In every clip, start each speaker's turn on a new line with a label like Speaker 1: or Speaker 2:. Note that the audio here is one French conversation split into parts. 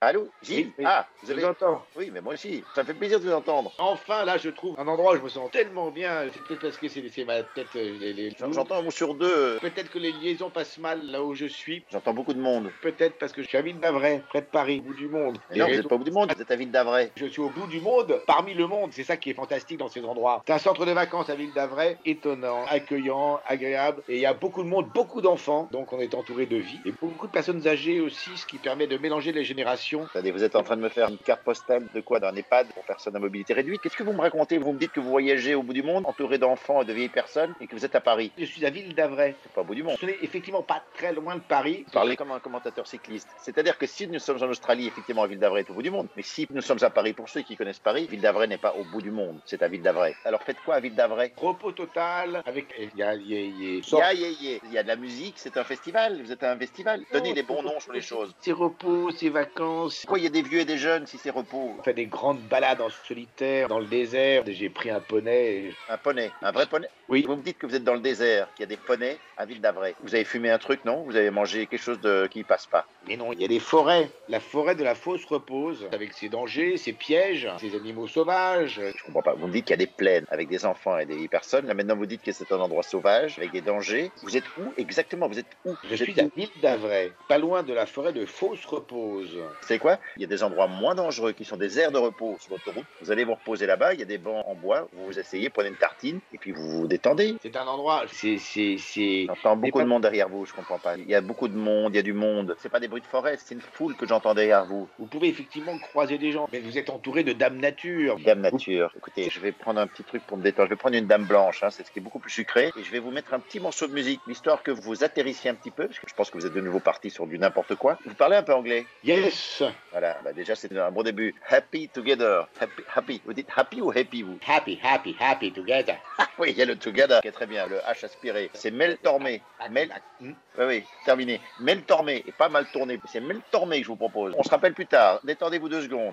Speaker 1: Allô Gilles
Speaker 2: Oui, oui.
Speaker 1: Ah, vous
Speaker 2: Je
Speaker 1: avez...
Speaker 2: vous entends.
Speaker 1: Oui, mais moi aussi. Ça me fait plaisir de vous entendre.
Speaker 2: Enfin, là, je trouve un endroit où je me sens tellement bien. C'est peut-être parce que c'est c'est ma tête. euh, les- les-
Speaker 1: J'entends un mot sur deux.
Speaker 2: Peut-être que les liaisons passent mal là où je suis.
Speaker 1: J'entends beaucoup de monde.
Speaker 2: Peut-être parce que j'habite Bavray, près de Paris, au bout du monde.
Speaker 1: Mais non, vous
Speaker 2: Et-
Speaker 1: n'êtes pas au bout du monde, vous êtes à Ville d'Avray.
Speaker 2: Je suis au bout du monde, parmi le monde. C'est ça qui est fantastique dans ces endroits. C'est un centre de vacances à Ville d'Avray, étonnant, accueillant, agréable. Et il y a beaucoup de monde, beaucoup d'enfants. Donc on est entouré de vie. Et beaucoup de personnes âgées aussi, ce qui permet de mélanger les générations.
Speaker 1: Attendez, vous êtes en train de me faire une carte postale de quoi D'un EHPAD pour personnes à mobilité réduite Qu'est-ce que vous me racontez Vous me dites que vous voyagez au bout du monde, entouré d'enfants et de vieilles personnes, et que vous êtes à Paris.
Speaker 2: Je suis à Ville d'Avray.
Speaker 1: C'est pas au bout du monde.
Speaker 2: Ce n'est effectivement pas très loin de Paris.
Speaker 1: Vous parlez comme un commentateur cycliste. C'est-à-dire que si nous sommes en Australie, effectivement, à Ville d'Avray est au bout du monde. Mais si nous sommes à Paris, pour ceux qui connaissent Paris, Ville d'Avray n'est pas au bout du monde. C'est à Ville d'Avray. Alors faites quoi à Ville d'Avray
Speaker 2: Repos total avec. Il y a, il y a- il y a-
Speaker 1: Yeah, yeah, yeah. Il y a de la musique, c'est un festival, vous êtes à un festival. Donnez les bons noms sur les choses.
Speaker 2: Ces repos, ces vacances.
Speaker 1: Pourquoi il y a des vieux et des jeunes si c'est repos
Speaker 2: On fait des grandes balades en solitaire, dans le désert. J'ai pris un poney. et-
Speaker 1: Un poney, un vrai poney
Speaker 2: Oui.
Speaker 1: Vous me dites que vous êtes dans le désert, qu'il y a des poneys à Ville d'Avray. Vous avez fumé un truc, non Vous avez mangé quelque chose de... qui passe pas.
Speaker 2: Mais non, il y a des forêts. La forêt de la fosse repose, avec ses dangers, ses pièges, ses animaux sauvages.
Speaker 1: Je comprends pas. Vous me dites qu'il y a des plaines avec des enfants et des vieilles personnes. Là maintenant, vous dites que c'est un endroit sauvage avec des dangers. Vous êtes où exactement Vous êtes où
Speaker 2: Je
Speaker 1: Vous
Speaker 2: suis
Speaker 1: êtes
Speaker 2: à
Speaker 1: où
Speaker 2: Ville d'Avray, pas loin de la forêt de fosse repose.
Speaker 1: C'est quoi Il y a des endroits moins dangereux qui sont des aires de repos sur l'autoroute. Vous allez vous reposer là-bas. Il y a des bancs en bois. Vous vous asseyez, prenez une tartine et puis vous vous détendez.
Speaker 2: C'est un endroit, c'est, c'est, c'est...
Speaker 1: J'entends beaucoup
Speaker 2: pas-
Speaker 1: de monde derrière vous, je comprends pas. Il y a beaucoup de monde, il y a du monde. C'est pas des bruits de forêt, c'est une foule que j'entends derrière vous.
Speaker 2: Vous pouvez effectivement croiser des gens, mais vous êtes entouré de dames nature.
Speaker 1: Dame nature. Écoutez, je vais prendre un petit truc pour me détendre. Je vais prendre une dame blanche, hein, c'est ce qui est beaucoup plus sucré. Et je vais vous mettre un petit morceau de musique, histoire que vous atterrissiez un petit peu, parce que je pense que vous êtes de nouveau parti sur du n'importe quoi. Vous parlez un peu anglais.
Speaker 2: Yes,
Speaker 1: Voilà, bah déjà c'est un bon début. Happy together. Happy, happy. Vous dites happy ou happy vous
Speaker 2: happy, happy, happy together.
Speaker 1: Oui, il y a le together qui est très bien, le H aspiré. C'est Mel Tormé. Mel
Speaker 2: Hmm.
Speaker 1: Oui, oui, terminé. Mel Tormé, et pas mal tourné. C'est Mel Tormé que je vous propose. On se rappelle plus tard. Détendez-vous deux secondes.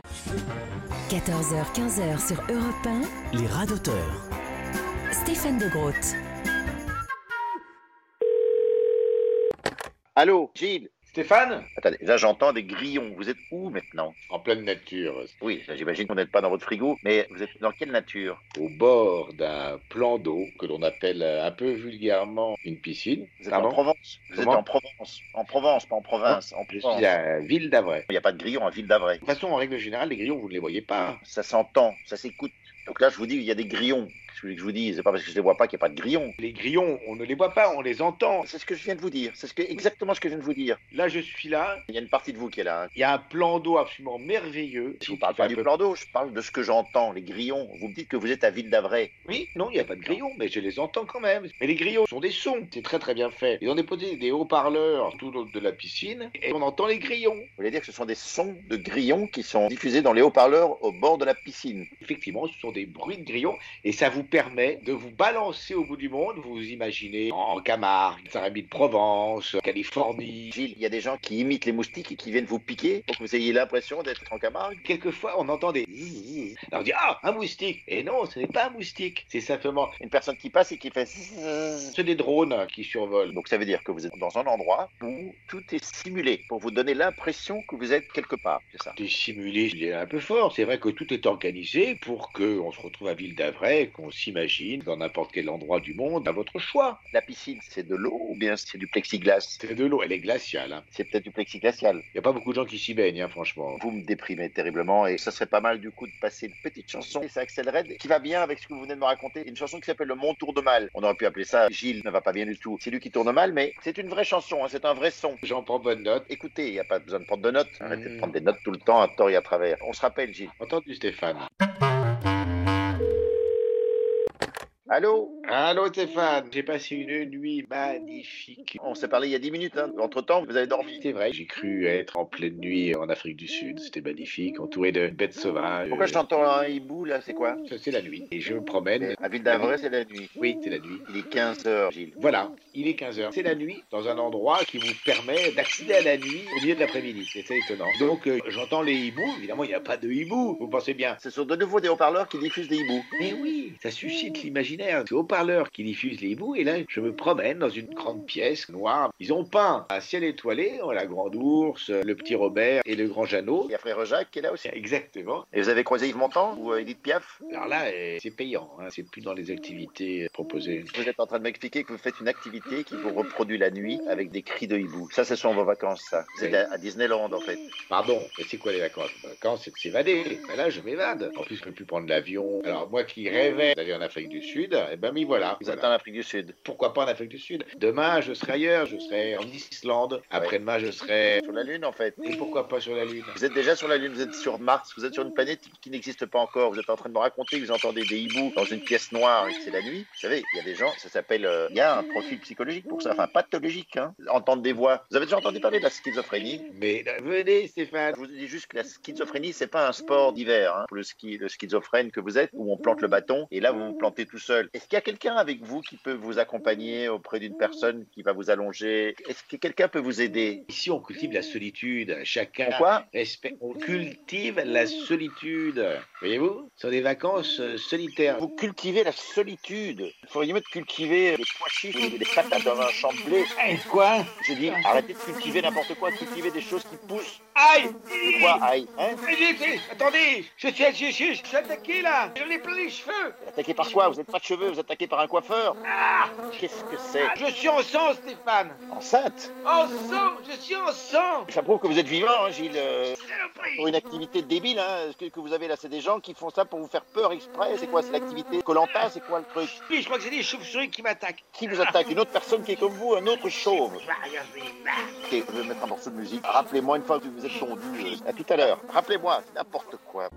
Speaker 3: 14h, 15h sur Europe
Speaker 4: Les rats d'auteur.
Speaker 3: 1, Stéphane de Grotte.
Speaker 1: Allô, Gilles
Speaker 2: Stéphane
Speaker 1: Attendez, là j'entends des grillons. Vous êtes où maintenant
Speaker 2: En pleine nature,
Speaker 1: Oui, là, j'imagine que vous n'êtes pas dans votre frigo, mais vous êtes dans quelle nature
Speaker 2: au bord d'un plan d'eau que l'on appelle euh, un peu vulgairement une piscine.
Speaker 1: Vous êtes
Speaker 2: Pardon
Speaker 1: en Provence Vous
Speaker 2: Comment Oh,
Speaker 1: êtes en Provence. En Provence, pas en province. En
Speaker 2: Je
Speaker 1: Provence.
Speaker 2: suis à Ville d'Avray.
Speaker 1: Il n'y a pas de grillons à Ville d'Avray.
Speaker 2: De toute façon, en règle générale, les grillons, vous ne les voyez pas.
Speaker 1: Ça s'entend, ça s'écoute. Donc là, je vous dis, il y a des grillons. Qu'est-ce que je vous dis C'est pas parce que je ne les vois pas qu'il n'y a pas de grillons.
Speaker 2: Les grillons, on ne les voit pas, on les entend.
Speaker 1: C'est ce que je viens de vous dire. C'est ce que, exactement ce que je viens de vous dire.
Speaker 2: Là, je suis là,
Speaker 1: Il y a une partie de vous qui est là. hein.
Speaker 2: il y a un plan d'eau absolument merveilleux.
Speaker 1: Je vous parle Ah, pas du plan d'eau, je parle de ce que j'entends, les grillons. Vous me dites que vous êtes à Ville d'Avray.
Speaker 2: Oui, non, il n'y a pas de grillons, mais je les entends quand même. Mais les grillons sont des sons, c'est très très bien fait. Ils ont déposé des haut-parleurs tout autour de la piscine, et on entend les grillons.
Speaker 1: Vous voulez dire que ce sont des sons de grillons qui sont diffusés dans les haut-parleurs au bord de la piscine.
Speaker 2: Effectivement, ce sont des bruits de grillons, et ça vous permet de vous balancer au bout du monde. Vous vous imaginez en Camargue, Saint-Rémy-de-Provence, Californie,
Speaker 1: Gilles, il y a des gens qui imitent les moustiques et qui viennent vous piquer pour que vous ayez l'impression d'être en Camargue.
Speaker 2: Quelquefois, on entend des zzzz. Alors, on dit Ah, un moustique Et non, ce n'est pas un moustique, c'est simplement
Speaker 1: Une personne qui passe et qui fait zzzz.
Speaker 2: c'est des drones qui survolent.
Speaker 1: donc ça veut dire que vous êtes dans un endroit où tout est simulé pour vous donner l'impression que vous êtes quelque part, c'est ça
Speaker 2: Dissimulé, c'est un peu fort. C'est vrai que tout est organisé pour qu'on se retrouve à Ville d'Avray, qu'on s'imagine dans n'importe quel endroit du monde, à votre choix.
Speaker 1: La piscine, c'est de l'eau ou bien c'est du plexiglas
Speaker 2: C'est de l'eau, elle est glaciale. hein.
Speaker 1: C'est peut-être du plexiglacial.
Speaker 2: Il n'y a pas beaucoup de gens qui s'y baignent, hein, franchement.
Speaker 1: Vous me déprimez terriblement et ça serait pas mal du coup de passer une petite chanson. Et c'est Axel Red qui va bien avec ce que vous venez de me raconter. Une chanson qui s'appelle Le Mon Tour de Mal. On aurait pu appeler ça Gilles ne va pas bien du tout. C'est lui qui tourne mal, mais c'est une vraie chanson, hein, c'est un vrai son.
Speaker 2: J'en prends bonne note.
Speaker 1: Écoutez, il n'y a pas besoin de prendre de notes. Arrêtez de
Speaker 2: Mm.
Speaker 1: prendre des notes tout le temps à tort et à travers. On se rappelle, Gilles.
Speaker 2: Entendu, Stéphane.
Speaker 1: Allô
Speaker 2: Allô, Stéphane. J'ai passé une nuit magnifique.
Speaker 1: On s'est parlé il y a 10 minutes. Hein. Entre temps, vous avez dormi.
Speaker 2: C'est vrai, j'ai cru être en pleine nuit en Afrique du Sud. C'était magnifique, entouré de bêtes sauvages.
Speaker 1: Ah, Pourquoi je t'entends un hibou là C'est quoi
Speaker 2: Ça, C'est la nuit. Et je me promène.
Speaker 1: À Ville d'Avray, c'est la nuit.
Speaker 2: Oui, c'est la nuit.
Speaker 1: Il est 15h, Gilles.
Speaker 2: Voilà, il est 15h. C'est la nuit dans un endroit qui vous permet d'accéder à la nuit au milieu de l'après-midi. C'est c'est étonnant. Donc, euh, j'entends les hiboux. Évidemment, il n'y a pas de hiboux. Vous pensez bien.
Speaker 1: Ce sont de nouveau des haut-parleurs qui diffusent des hiboux.
Speaker 2: Mais oui, ça suscite imaginaire, c'est haut-parleur qui diffuse les bouts, et là, je me promène dans une grande pièce noire. Ils ont peint à ciel étoilé, on a la grande ours, le petit Robert et le grand Jeannot.
Speaker 1: Il y a Frère Jacques qui est là aussi.
Speaker 2: Exactement.
Speaker 1: Et vous avez croisé Yves Montand ou euh, Edith Piaf
Speaker 2: Alors là, eh, c'est payant, hein, c'est plus dans les activités euh, proposées.
Speaker 1: Vous êtes en train de m'expliquer que vous faites une activité qui vous reproduit la nuit avec des cris de hibou. Ça, ce sont vos vacances, ça. Vous êtes
Speaker 2: Oui.
Speaker 1: à, à Disneyland, en fait.
Speaker 2: Pardon, mais c'est quoi les vacances Les vacances, c'est de s'évader. Ben là, je m'évade. En plus, je ne peux plus prendre l'avion. Alors moi qui rêvais d'aller en Afrique du Sud, eh ben m'y voilà.
Speaker 1: Vous
Speaker 2: Voilà.
Speaker 1: êtes en Afrique du Sud,
Speaker 2: Pourquoi pas en Afrique du Sud Demain, je serai ailleurs, je serai en Islande. Après-demain, je serai...
Speaker 1: sur la Lune, en fait.
Speaker 2: Et pourquoi pas sur la Lune
Speaker 1: Vous êtes déjà sur la Lune, vous êtes sur Mars, vous êtes sur une planète qui n'existe pas encore. Vous êtes en train de me raconter que vous entendez des hiboux dans une pièce noire et que c'est la nuit. Vous savez, il y a des gens, ça s'appelle. euh, Il y a un profil psychologique pour ça, enfin pathologique, hein. Entendre des voix. Vous avez déjà entendu parler de la schizophrénie
Speaker 2: Mais euh, venez, Stéphane.
Speaker 1: je vous dis juste que la schizophrénie, c'est pas un sport d'hiver. hein, pour le, ski, le schizophrène que vous êtes, où on plante le bâton et là vous vous plantez tout seul. Est-ce qu'il y a quelqu'un avec vous qui peut vous accompagner auprès d'une personne qui va vous allonger Est-ce que quelqu'un peut vous aider
Speaker 2: Ici, on cultive la solitude. Chacun
Speaker 1: Pourquoi
Speaker 2: respecte. On cultive la solitude. Voyez-vous Ce sont des vacances euh, solitaires.
Speaker 1: Vous cultivez la solitude. Il faudrait mieux de cultiver des pois chiches ou des patates dans un champ de blé.
Speaker 2: Eh, quoi
Speaker 1: Je dis, arrêtez de cultiver n'importe quoi, cultivez des choses qui poussent.
Speaker 2: Aïe
Speaker 1: Quoi, aïe, hein
Speaker 2: Attendez Je suis, je, suis, je suis attaqué là J'en ai plein les cheveux Ah,
Speaker 1: Attaqué par quoi Vous n'êtes pas de cheveux, vous êtes attaqué par un coiffeur. Qu'est-ce que c'est
Speaker 2: Je suis en sang, Stéphane
Speaker 1: Enceinte
Speaker 2: En sang Je suis en sang
Speaker 1: Ça prouve que vous êtes vivant, hein, Gilles. euh, pour une activité débile, hein, ce que, que vous avez là, c'est des gens qui font ça pour vous faire peur exprès. C'est quoi, c'est l'activité Colanta, c'est quoi le truc
Speaker 2: Oui, je crois que c'est des chauves-souris qui m'attaquent.
Speaker 1: Qui vous attaque Une autre personne qui est comme vous, un autre chauve. Ok, je vais mettre un morceau de musique. Rappelez-moi une fois que vous êtes tondu. euh, À tout à l'heure. Rappelez-moi, c'est n'importe quoi.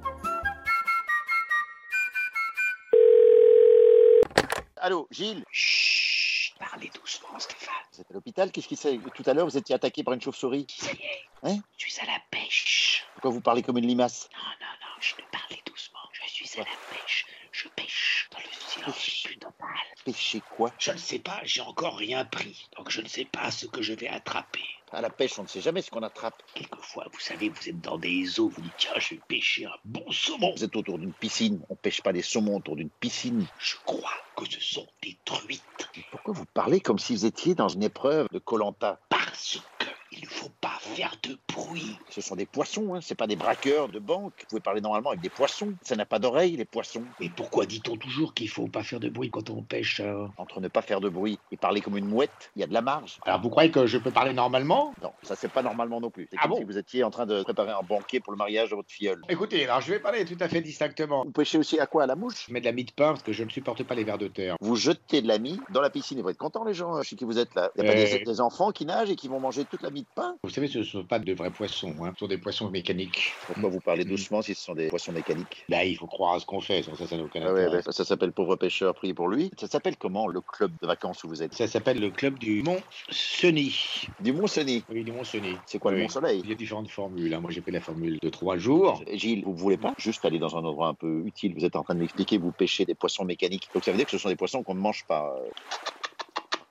Speaker 1: Allô, Gilles
Speaker 2: Chut Parlez doucement, Stéphane.
Speaker 1: Vous êtes à l'hôpital Qu'est-ce qui s'est Tout à l'heure, vous étiez attaqué par une chauve-souris.
Speaker 2: Ça y est,
Speaker 1: Hein
Speaker 2: je suis à la pêche.
Speaker 1: Pourquoi vous parlez comme une limace
Speaker 2: Non, non, non, je peux parler doucement. Je suis à la pêche. Je pêche dans le silence le plus total.
Speaker 1: Pêchez quoi
Speaker 2: Je ne sais pas, j'ai encore rien pris. Donc je ne sais pas ce que je vais attraper.
Speaker 1: À la pêche, on ne sait jamais ce qu'on attrape.
Speaker 2: Quelquefois, vous savez, vous êtes dans des eaux, vous dites, tiens, je vais pêcher un bon saumon.
Speaker 1: Vous êtes autour d'une piscine. On pêche pas des saumons autour d'une piscine.
Speaker 2: Je crois que ce sont des truites.
Speaker 1: Pourquoi vous parlez comme si vous étiez dans une épreuve de Colanta
Speaker 2: Parce que il ne faut pas faire de bruit.
Speaker 1: Ce sont des poissons, hein, c'est pas des braqueurs de banque. Vous pouvez parler normalement avec des poissons. Ça n'a pas d'oreille, les poissons.
Speaker 2: Mais pourquoi dit-on toujours qu'il faut pas faire de bruit quand on pêche euh? alors
Speaker 1: Entre ne pas faire de bruit et parler comme une mouette, il y a de la marge.
Speaker 2: Alors vous croyez que je peux parler normalement
Speaker 1: Non, ça c'est pas normalement non plus. C'est
Speaker 2: Ah
Speaker 1: comme
Speaker 2: bon
Speaker 1: si vous étiez en train de préparer un banquet pour le mariage de votre filleule.
Speaker 2: Écoutez, alors je vais parler tout à fait distinctement.
Speaker 1: Vous pêchez aussi à quoi À la mouche
Speaker 2: Je mets de la mie de pain parce que je ne supporte pas les vers de terre.
Speaker 1: vous jetez de la mie dans la piscine et vous êtes contents les gens euh, chez qui vous êtes là. Il n'y a pas
Speaker 2: Eh.
Speaker 1: des, des enfants qui nagent et qui vont manger toute la mie de pain.
Speaker 2: Vous savez, ce ne sont pas de vrais poissons, hein. ce sont des poissons mécaniques.
Speaker 1: Pourquoi vous
Speaker 2: Mm.
Speaker 1: parlez doucement si ce sont des poissons mécaniques
Speaker 2: Là, Bah, il faut croire à ce qu'on fait, sinon ça, ça n'a aucun
Speaker 1: Ah ouais,
Speaker 2: intérêt.
Speaker 1: ouais, ça, ça s'appelle Pauvre pêcheur, priez pour lui. Ça s'appelle comment le club de vacances où vous êtes
Speaker 2: Ça s'appelle le club du Mont Sony.
Speaker 1: Du Mont Cenis.
Speaker 2: Oui, du Mont Sony.
Speaker 1: C'est quoi le
Speaker 2: Oui.
Speaker 1: Mont Soleil
Speaker 2: Il y a différentes formules. hein. Moi, j'ai fait la formule de trois jours.
Speaker 1: Gilles, vous voulez pas juste aller dans un endroit un peu utile Vous êtes en train de m'expliquer, vous pêchez des poissons mécaniques. Donc ça veut dire que ce sont des poissons qu'on ne mange pas. euh.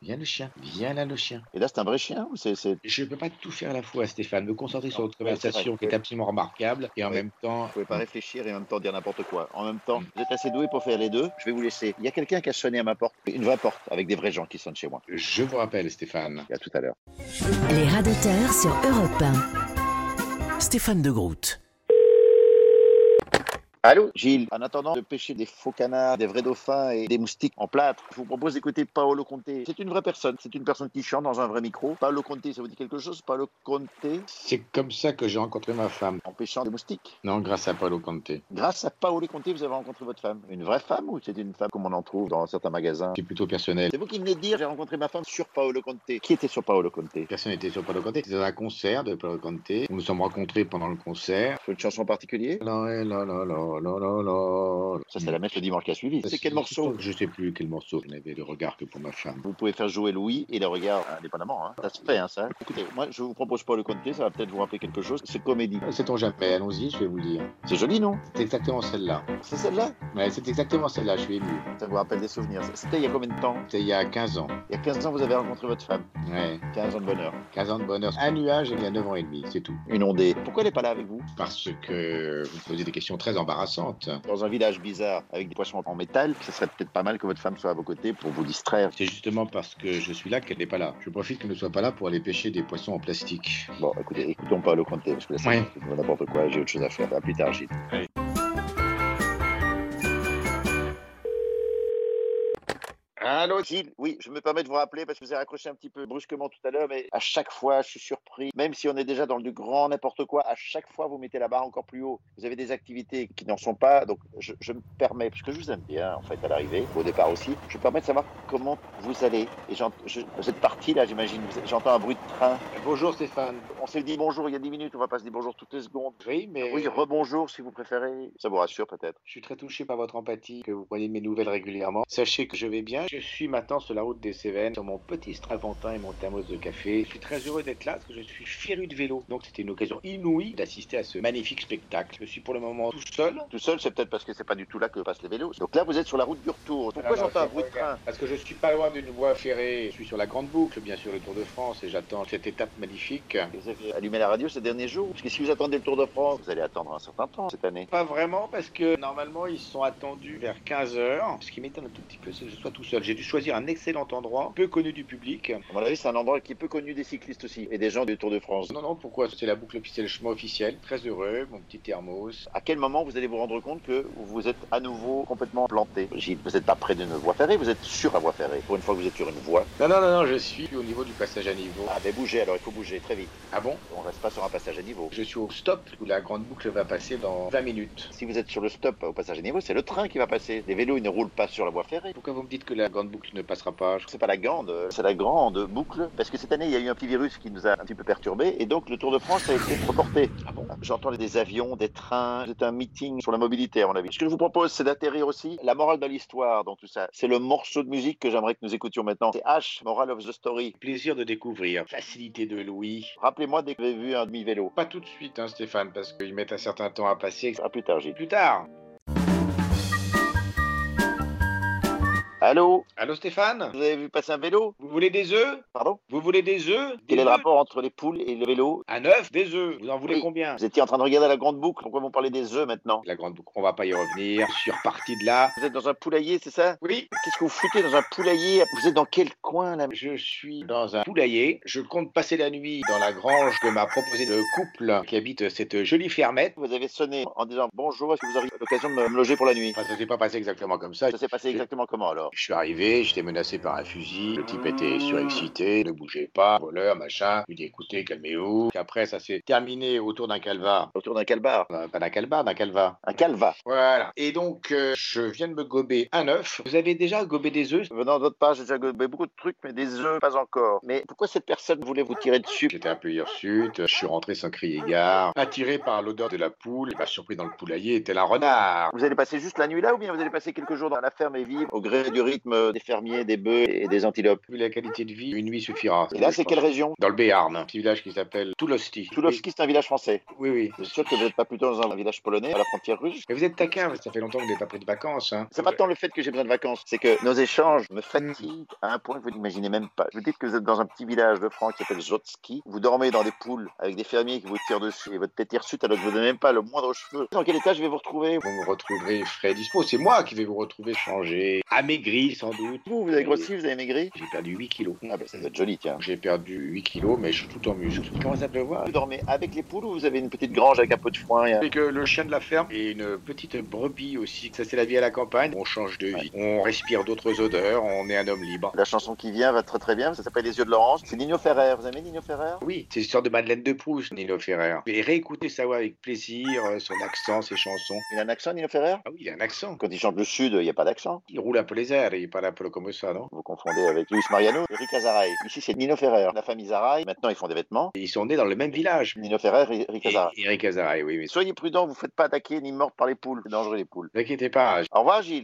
Speaker 2: Viens le chien, viens là le chien.
Speaker 1: Et là, c'est un vrai chien ou c'est. c'est-
Speaker 2: Je ne peux pas tout faire à la fois, Stéphane. Me concentrer sur votre
Speaker 1: Ah, Ouais, c'est vrai.
Speaker 2: conversation qui est absolument remarquable et en
Speaker 1: Oui.
Speaker 2: même temps.
Speaker 1: Vous pouvez pas réfléchir et en même temps dire n'importe quoi. En même temps, vous êtes assez doué pour faire les deux. Je vais vous laisser. Il y a quelqu'un qui a sonné à ma porte. Une vraie porte avec des vrais gens qui sonnent chez moi.
Speaker 2: Je vous rappelle, Stéphane.
Speaker 1: Et À tout à l'heure.
Speaker 3: Les radoteurs sur Europe 1.
Speaker 4: Stéphane de Groot.
Speaker 1: Allô, Gilles. En attendant de pêcher des faux canards, des vrais dauphins et des moustiques en plâtre, je vous propose d'écouter Paolo Conte. C'est une vraie personne. C'est une personne qui chante dans un vrai micro. Paolo Conte, ça vous dit quelque chose Paolo Conte
Speaker 2: C'est comme ça que j'ai rencontré ma femme.
Speaker 1: en pêchant des moustiques.
Speaker 2: Non, grâce à Paolo Conte.
Speaker 1: Grâce à Paolo Conti, vous avez rencontré votre femme. Une vraie femme ou c'est une femme comme on en trouve dans certains magasins
Speaker 2: C'est plutôt personnel.
Speaker 1: C'est vous qui venez de dire j'ai rencontré ma femme sur Paolo Conte. Qui était sur Paolo Conte
Speaker 2: Personne n'était sur Paolo Conte. C'était dans un concert de Paolo Conte. Nous nous sommes rencontrés pendant le concert.
Speaker 1: Une chanson en particulier
Speaker 2: La, la, la, la, la, la, la.
Speaker 1: Ça, c'est la messe le dimanche qui a suivi. C'est quel morceau
Speaker 2: Je sais plus quel morceau. Je n'avais de regard que pour ma femme.
Speaker 1: vous pouvez faire jouer Louis et le regard indépendamment. hein. Ça se fait, hein, ça. Écoutez, moi, je vous propose Paolo Conte, ça va peut-être vous rappeler quelque chose. C'est comédie.
Speaker 2: Sait-on Euh, jamais Allons-y, je vais vous dire.
Speaker 1: C'est joli, non
Speaker 2: C'est exactement celle-là.
Speaker 1: C'est celle-là
Speaker 2: Ouais, c'est exactement celle-là, je suis ému.
Speaker 1: Ça vous rappelle des souvenirs. C'était il y a combien de temps
Speaker 2: C'était il y a 15 ans.
Speaker 1: Il y a 15 ans, vous avez rencontré votre femme.
Speaker 2: Ouais,
Speaker 1: 15 ans de bonheur.
Speaker 2: 15 ans de bonheur. Un nuage, il y a 9 ans et demi, c'est tout.
Speaker 1: Inondée. Pourquoi elle n'est pas là avec vous
Speaker 2: Parce que vous me posez des questions très embarrassante.
Speaker 1: Dans un village bizarre avec des poissons en métal, ce serait peut-être pas mal que votre femme soit à vos côtés pour vous distraire.
Speaker 2: C'est justement parce que je suis là qu'elle n'est pas là. Je profite qu'elle ne soit pas là pour aller pêcher des poissons en plastique.
Speaker 1: Bon, écoutez, écoutons pas le compter parce que là, c'est
Speaker 2: Ouais.
Speaker 1: n'importe quoi. J'ai autre chose à faire. À plus tard, Gilles.
Speaker 2: Allô
Speaker 1: Gilles, oui, je me permets de vous rappeler parce que je vous ai raccroché un petit peu brusquement tout à l'heure, mais à chaque fois, je suis surpris. Même si on est déjà dans le grand n'importe quoi, à chaque fois, vous mettez la barre encore plus haut. Vous avez des activités qui n'en sont pas, donc je, je me permets, parce que je vous aime bien en fait à l'arrivée, au départ aussi, je me permets de savoir comment vous allez. Et j'ent- je- vous êtes parti là, j'imagine. Vous- J'entends un bruit de train.
Speaker 2: Bonjour Stéphane.
Speaker 1: On s'est dit bonjour il y a 10 minutes, on va pas se dire bonjour toutes les secondes.
Speaker 2: Oui, mais
Speaker 1: Ah Oui, rebonjour si vous préférez. Ça vous rassure peut-être.
Speaker 2: je suis très touché par votre empathie, que vous prenez de mes nouvelles régulièrement. Sachez que je vais bien. Je suis maintenant sur la route des Cévennes, sur mon petit straventin et mon thermos de café. Je suis très heureux d'être là parce que je suis féru de vélo. Donc c'était une occasion inouïe d'assister à ce magnifique spectacle. Je suis pour le moment tout seul.
Speaker 1: Tout seul, c'est peut-être parce que c'est pas du tout là que passent les vélos. Donc là, vous êtes sur la route du retour. Pourquoi
Speaker 2: Alors,
Speaker 1: j'entends un
Speaker 2: je
Speaker 1: bruit de
Speaker 2: regarde.
Speaker 1: train
Speaker 2: Parce que je suis pas loin d'une voie ferrée. Je suis sur la Grande Boucle, bien sûr, le Tour de France, et j'attends cette étape magnifique.
Speaker 1: Vous avez allumé la radio ces derniers jours Parce que si vous attendez le Tour de France, vous allez attendre un certain temps cette année.
Speaker 2: Pas vraiment, parce que normalement ils sont attendus vers 15h. Ce qui m'étonne un tout petit peu, c'est que je sois tout seul. J'ai dû choisir un excellent endroit, peu connu du public.
Speaker 1: À mon avis, c'est un endroit qui est peu connu des cyclistes aussi et des gens du Tour de France.
Speaker 2: Non, non, pourquoi C'est la boucle officielle, le chemin officiel. Très heureux, mon petit thermos.
Speaker 1: À quel moment vous allez vous rendre compte que vous êtes à nouveau complètement planté Gilles, vous n'êtes pas près d'une voie ferrée, vous êtes sur la voie ferrée. Pour une fois que vous êtes sur une voie,
Speaker 2: Non, non, non, non, je suis au niveau du passage à niveau.
Speaker 1: ah ben bougez alors, il faut bouger très vite.
Speaker 2: Ah bon
Speaker 1: On reste pas sur un passage à niveau.
Speaker 2: Je suis au stop où la grande boucle va passer dans 20 minutes.
Speaker 1: Si vous êtes sur le stop au passage à niveau, c'est le train qui va passer. Les vélos, ils ne roulent pas sur la voie ferrée.
Speaker 2: Pourquoi vous me dites que la grande boucle ne passera pas
Speaker 1: C'est pas la grande, euh, c'est la grande boucle. Parce que cette année, il y a eu un petit virus qui nous a un petit peu perturbés. Et donc, le Tour de France a été reporté.
Speaker 2: Ah bon
Speaker 1: J'entends des avions, des trains. C'est un meeting sur la mobilité, à mon avis. Ce que je vous propose, c'est d'atterrir aussi la morale de l'histoire dans tout ça. C'est le morceau de musique que j'aimerais que nous écoutions maintenant. C'est H, Moral of the Story.
Speaker 2: Plaisir de découvrir. Facilité de Louis.
Speaker 1: Rappelez-moi dès que vous avez vu un demi-vélo.
Speaker 2: Pas tout de suite, hein, Stéphane, parce qu'ils mettent un certain temps à passer.
Speaker 1: À plus tard, Gilles.
Speaker 2: Plus tard.
Speaker 1: Allô
Speaker 2: Allô, Stéphane
Speaker 1: Vous avez vu passer un vélo
Speaker 2: Vous voulez des œufs
Speaker 1: Pardon
Speaker 2: Vous voulez des œufs Des
Speaker 1: Quel est le
Speaker 2: œufs
Speaker 1: rapport entre les poules et le vélo
Speaker 2: Un œuf, des œufs. Vous en voulez
Speaker 1: Oui.
Speaker 2: combien
Speaker 1: Vous étiez en train de regarder la grande boucle. Pourquoi vous parlez des œufs maintenant
Speaker 2: La grande boucle, on va pas y revenir. Je suis reparti de là.
Speaker 1: Vous êtes dans un poulailler, c'est ça
Speaker 2: Oui,
Speaker 1: Qu'est-ce que vous foutez dans un poulailler Vous êtes dans quel coin là
Speaker 2: je suis dans un poulailler. Je compte passer la nuit dans la grange que m'a proposé le couple qui habite cette jolie fermette.
Speaker 1: Vous avez sonné en disant bonjour, est-ce que vous auriez l'occasion de me me loger pour la nuit
Speaker 2: Enfin, ça s'est pas passé exactement comme ça.
Speaker 1: Ça s'est passé exactement comment alors
Speaker 2: Je suis arrivé, j'étais menacé par un fusil, le type était surexcité, ne bougez pas, voleur, machin. Je lui ai dit écoutez, calmez-vous. Puis Après, ça s'est terminé autour d'un calvar.
Speaker 1: Autour d'un calbar
Speaker 2: Euh, Pas d'un calvar, d'un calva.
Speaker 1: Un calva
Speaker 2: Voilà. Et donc, euh, je viens de me gober un œuf. Vous avez déjà gobé des œufs
Speaker 1: Venant de votre part, j'ai déjà gobé beaucoup de trucs, mais des œufs, pas encore. Mais pourquoi cette personne voulait vous tirer dessus
Speaker 2: J'étais un peu hirsute, je suis rentré sans crier gare. Attiré par l'odeur de la poule, il m'a surpris dans le poulailler, tel un renard.
Speaker 1: Vous allez passer juste la nuit là ou bien vous allez passer quelques jours dans la ferme et vivre au gré du rythme des fermiers, des bœufs et des antilopes
Speaker 2: Vu la qualité de vie, une nuit suffira.
Speaker 1: Et là,
Speaker 2: Je
Speaker 1: c'est
Speaker 2: pense.
Speaker 1: quelle région
Speaker 2: Dans le Béarn, un petit village qui s'appelle Toulosti.
Speaker 1: Toulovski, c'est un village français.
Speaker 2: Oui, oui.
Speaker 1: Je suis sûr que vous n'êtes pas plutôt dans un village polonais à la frontière russe
Speaker 2: Mais vous êtes taquin, ça fait longtemps que vous n'avez pas pris de vacances. Hein.
Speaker 1: C'est pas tant le fait que j'ai besoin de vacances, c'est que nos échanges me fatiguent à un point que vous n'imaginez même pas. Vous dites que vous êtes dans un petit village de France qui s'appelle Zotski, vous dormez dans des poules avec des fermiers qui vous tirent dessus et votre tête est hirsute alors que vous n'avez même pas le moindre cheveu. Dans quel état je vais vous retrouver
Speaker 2: Vous me retrouverez frais et dispo. C'est moi qui vais vous retrouver changé, amaigri sans doute.
Speaker 1: Vous, vous avez grossi, vous avez maigri
Speaker 2: J'ai perdu 8 kilos.
Speaker 1: Ah ben ça doit être joli, tiens.
Speaker 2: J'ai perdu 8 kilos, mais je suis tout en muscle. Comment ça pleuvoir
Speaker 1: Vous dormez avec les poules ou vous avez une petite grange avec un pot de foin et un-
Speaker 2: C'est que le chien de la ferme et une petite brebis aussi. Ça, c'est la vie à la campagne. On change de vie, on respire d'autres odeurs, on est un homme libre.
Speaker 1: La chanson qui vient va très très bien, ça s'appelle Les yeux de l'orange. C'est Nino Ferrer, vous aimez Nino Ferrer
Speaker 2: Oui, c'est l'histoire de Madeleine de Proust, Nino Ferrer. Et réécouter sa voix avec plaisir, euh, son accent, ses chansons.
Speaker 1: Il a un accent Nino Ferrer
Speaker 2: Ah oui, il a un accent.
Speaker 1: Quand il chante le sud, il n'y a pas d'accent.
Speaker 2: Il roule un peu les airs, il parle un peu comme ça, non
Speaker 1: Vous confondez avec Luis Mariano, Eric Azaray. Ici c'est Nino Ferrer, la famille Azaray. Maintenant ils font des vêtements.
Speaker 2: Ils sont nés dans le même village.
Speaker 1: Nino Ferrer et Eric Azaray.
Speaker 2: Et- Eric Azaray, oui, mais
Speaker 1: Et Soyez prudents, vous ne faites pas attaquer ni mordre par les poules. C'est dangereux les poules.
Speaker 2: Ne vous inquiétez pas,
Speaker 1: Au revoir Gilles.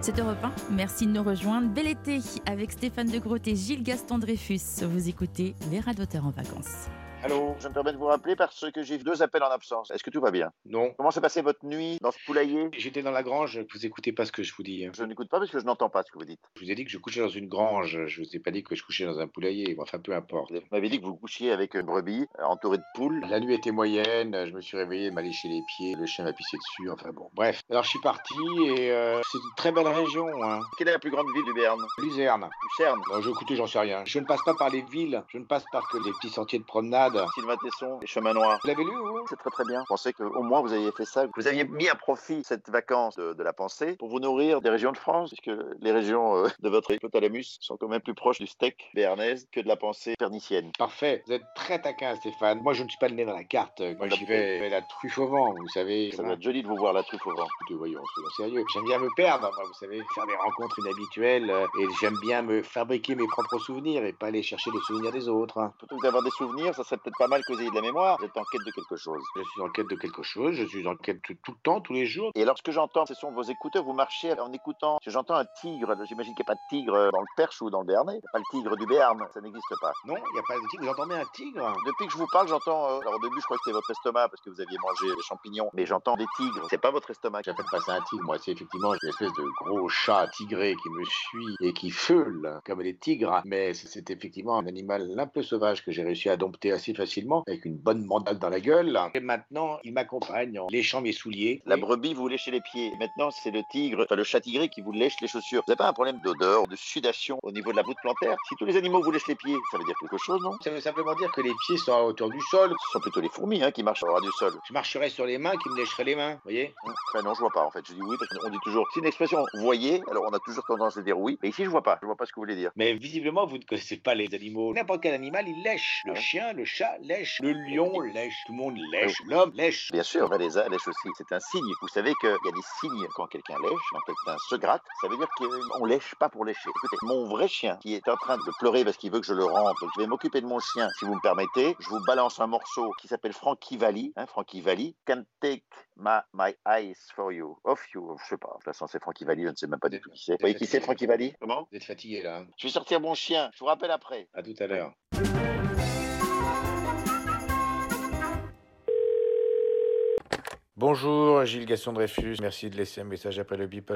Speaker 5: C'est Europe 1. Merci de nous rejoindre. Bel été avec Stéphane de Groot et Gilles Gaston Dreyfus. Vous écoutez Les Radoteurs en vacances.
Speaker 2: Allô
Speaker 1: Je me permets de vous rappeler parce que j'ai deux appels en absence. Est-ce que tout va bien
Speaker 2: Non.
Speaker 1: Comment s'est passée votre nuit dans ce poulailler
Speaker 2: J'étais dans la grange, vous écoutez pas ce que je vous dis. hein.
Speaker 1: Je n'écoute pas parce que je n'entends pas ce que vous dites.
Speaker 2: Je vous ai dit que je couchais dans une grange, je vous ai pas dit que je couchais dans un poulailler, bon, enfin peu importe.
Speaker 1: Vous m'avez dit que vous couchiez avec une brebis euh, entourée de poules.
Speaker 2: La nuit était moyenne, je me suis réveillé, il m'a léché les pieds, le chien m'a pissé dessus, enfin bon, bref. Alors je suis parti et euh, c'est une très belle région, hein.
Speaker 1: Quelle est la plus grande ville du Berne
Speaker 2: Luzerne.
Speaker 1: Lucerne,
Speaker 2: Non, je, écoutez, j'en sais rien. Je ne passe pas par les villes, je ne passe par que les petits sentiers de promenade.
Speaker 1: Sylvain Tesson, les chemins noirs.
Speaker 2: Vous l'avez lu, vous
Speaker 1: C'est très très bien. Je pensais qu'au moins vous aviez fait ça. que Vous aviez mis à profit cette vacance de, de la pensée pour vous nourrir des régions de France, puisque les régions euh, de votre hypothalamus sont quand même plus proches du steak béarnaise que de la pensée pernicienne.
Speaker 2: Parfait, vous êtes très taquin, Stéphane. Moi, je ne suis pas le nez dans la carte. Moi, j'y vais, je fais la truffe au vent, vous savez.
Speaker 1: Ça doit être joli de vous voir la truffe au vent.
Speaker 2: Écoutez, voyons, soyons sérieux. J'aime bien me perdre, moi, vous savez, faire des rencontres inhabituelles euh, et j'aime bien me fabriquer mes propres souvenirs et pas aller chercher les souvenirs des autres. hein.
Speaker 1: Plutôt que d'avoir des souvenirs, ça serait peut-être pas mal que vous ayez de la mémoire. Vous êtes en quête de quelque chose.
Speaker 2: Je suis en quête de quelque chose, je suis en quête tout, tout le temps, tous les jours.
Speaker 1: Et alors, ce que j'entends, ce sont vos écouteurs. Vous marchez en écoutant. Parce que J'entends un tigre. J'imagine qu'il n'y a pas de tigre euh, dans le Perche ou dans le Béarnais. Il y a Pas le tigre du Béarn. Ça n'existe pas.
Speaker 2: Non, il n'y a pas de tigre, vous entendez un tigre
Speaker 1: Depuis que je vous parle, j'entends. euh, alors, au début, je crois que c'était votre estomac parce que vous aviez mangé des champignons. Mais j'entends des tigres. C'est pas votre estomac.
Speaker 2: J'appelle pas ça un tigre, moi, c'est effectivement une espèce de gros chat tigré qui me suit et qui feule comme les tigres. Mais c'est- c'est effectivement un animal un peu sauvage que j'ai réussi à dompter assez facilement avec une bonne mandale dans la gueule. Et maintenant, il m'accompagne en léchant mes souliers.
Speaker 1: La brebis vous léchez les pieds. Maintenant, c'est le tigre, enfin le chat tigré qui vous lèche les chaussures. Vous n'avez pas un problème d'odeur, de sudation au niveau de la voûte plantaire Si tous les animaux vous lèchent les pieds, ça veut dire quelque chose, non
Speaker 2: Ça veut simplement dire que les pieds sont à la hauteur du sol.
Speaker 1: Ce sont plutôt les fourmis hein, qui marchent au ras du sol. Hein?
Speaker 2: Je marcherais sur les mains qui me lécheraient les mains, vous voyez
Speaker 1: Enfin, non, je vois pas en fait. Je dis oui parce qu'on dit toujours. C'est une expression voyez, alors on a toujours tendance à dire oui. Mais ici, je vois pas. Je vois pas ce que vous voulez dire.
Speaker 2: Mais visiblement, vous ne connaissez pas les animaux. N'importe quel animal, il lèche. Le
Speaker 1: Ah.
Speaker 2: chien, le chat lèche. Le lion lèche. Tout le monde lèche. L'homme lèche.
Speaker 1: Bien sûr, Valéza lèche aussi. C'est un signe. Vous savez qu'il y a des signes quand quelqu'un lèche, quand quelqu'un se gratte. Ça veut dire qu'on lèche pas pour lécher. Écoutez, mon vrai chien qui est en train de pleurer parce qu'il veut que je le rende, donc je vais m'occuper de mon chien, si vous me permettez. Je vous balance un morceau qui s'appelle Frankie Valli. Hein, Frankie Valli. Can take my, my eyes for you. Off you. Je sais pas. De toute façon, c'est Frankie Valli. Je ne sais même pas du tout qui c'est. Vous voyez qui c'est, Frankie Valli Comment
Speaker 2: Vous êtes fatigué là. hein
Speaker 1: Je vais sortir mon chien. Je vous rappelle après.
Speaker 2: À tout à l'heure.
Speaker 6: Bonjour, Gilles Gaston Dreyfus. Merci de laisser un message après le bip.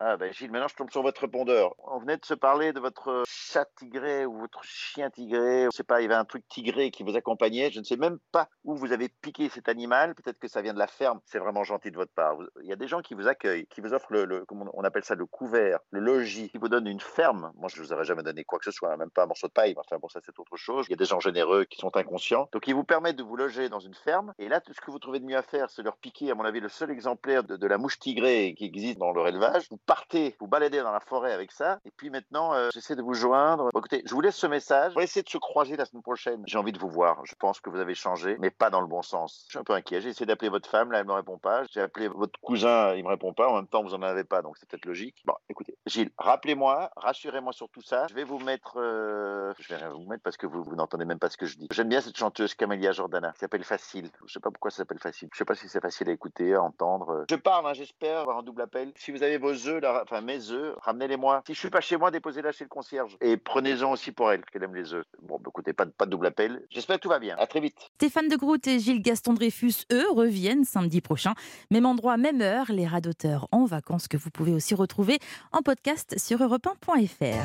Speaker 1: Ah ben Gilles, maintenant je tombe sur votre répondeur. On venait de se parler de votre chat tigré ou votre chien tigré. Je sais pas, il y avait un truc tigré qui vous accompagnait. Je ne sais même pas où vous avez piqué cet animal. Peut-être que ça vient de la ferme. C'est vraiment gentil de votre part. Vous- Il y a des gens qui vous accueillent, qui vous offrent le, le- comment on- on appelle ça, le couvert, le logis, qui vous donnent une ferme. Moi, je vous aurais jamais donné quoi que ce soit, hein, même pas un morceau de paille. Enfin bon, ça c'est autre chose. Il y a des gens généreux qui sont inconscients. Donc ils vous permettent de vous loger dans une ferme. Et là, tout ce que vous trouvez de mieux à faire, c'est leur piquer, à mon avis, le seul exemplaire de, de la mouche tigrée qui existe dans leur élevage. Vous partez, vous baladez dans la forêt avec ça. Et puis maintenant, euh, j'essaie de vous joindre. Bon, écoutez, je vous laisse ce message. On va essayer de se croiser la semaine prochaine. J'ai envie de vous voir. Je pense que vous avez changé, mais pas dans le bon sens. Je suis un peu inquiet. J'ai essayé d'appeler votre femme, là, elle me répond pas. J'ai appelé votre cousin, il me répond pas. En même temps, vous en avez pas, donc c'est peut-être logique. Bon, écoutez, Gilles, rappelez-moi, rassurez-moi sur tout ça. Je vais vous mettre. euh, Je vais rien vous mettre parce que vous, vous n'entendez même pas ce que je dis. J'aime bien cette chanteuse Camélia Jordana qui s'appelle Facile. Je sais pas pourquoi ça s'appelle Facile. Je sais pas si c'est facile à écouter, à entendre. Je parle, hein, j'espère avoir un double appel. Si vous avez vos œufs, là, enfin mes œufs, ramenez-les-moi. Si je suis pas chez moi, déposez-la chez le concierge. Et prenez-en aussi pour elle, parce qu'elle aime les œufs. Bon, bah, écoutez, pas, de- pas de double appel. J'espère que tout va bien. À très vite.
Speaker 5: Stéphane de Groot et Gilles Gaston Dreyfus, eux, reviennent samedi prochain. Même endroit, même heure, les rats d'auteur en vacances que vous pouvez aussi retrouver en podcast sur europe1.fr.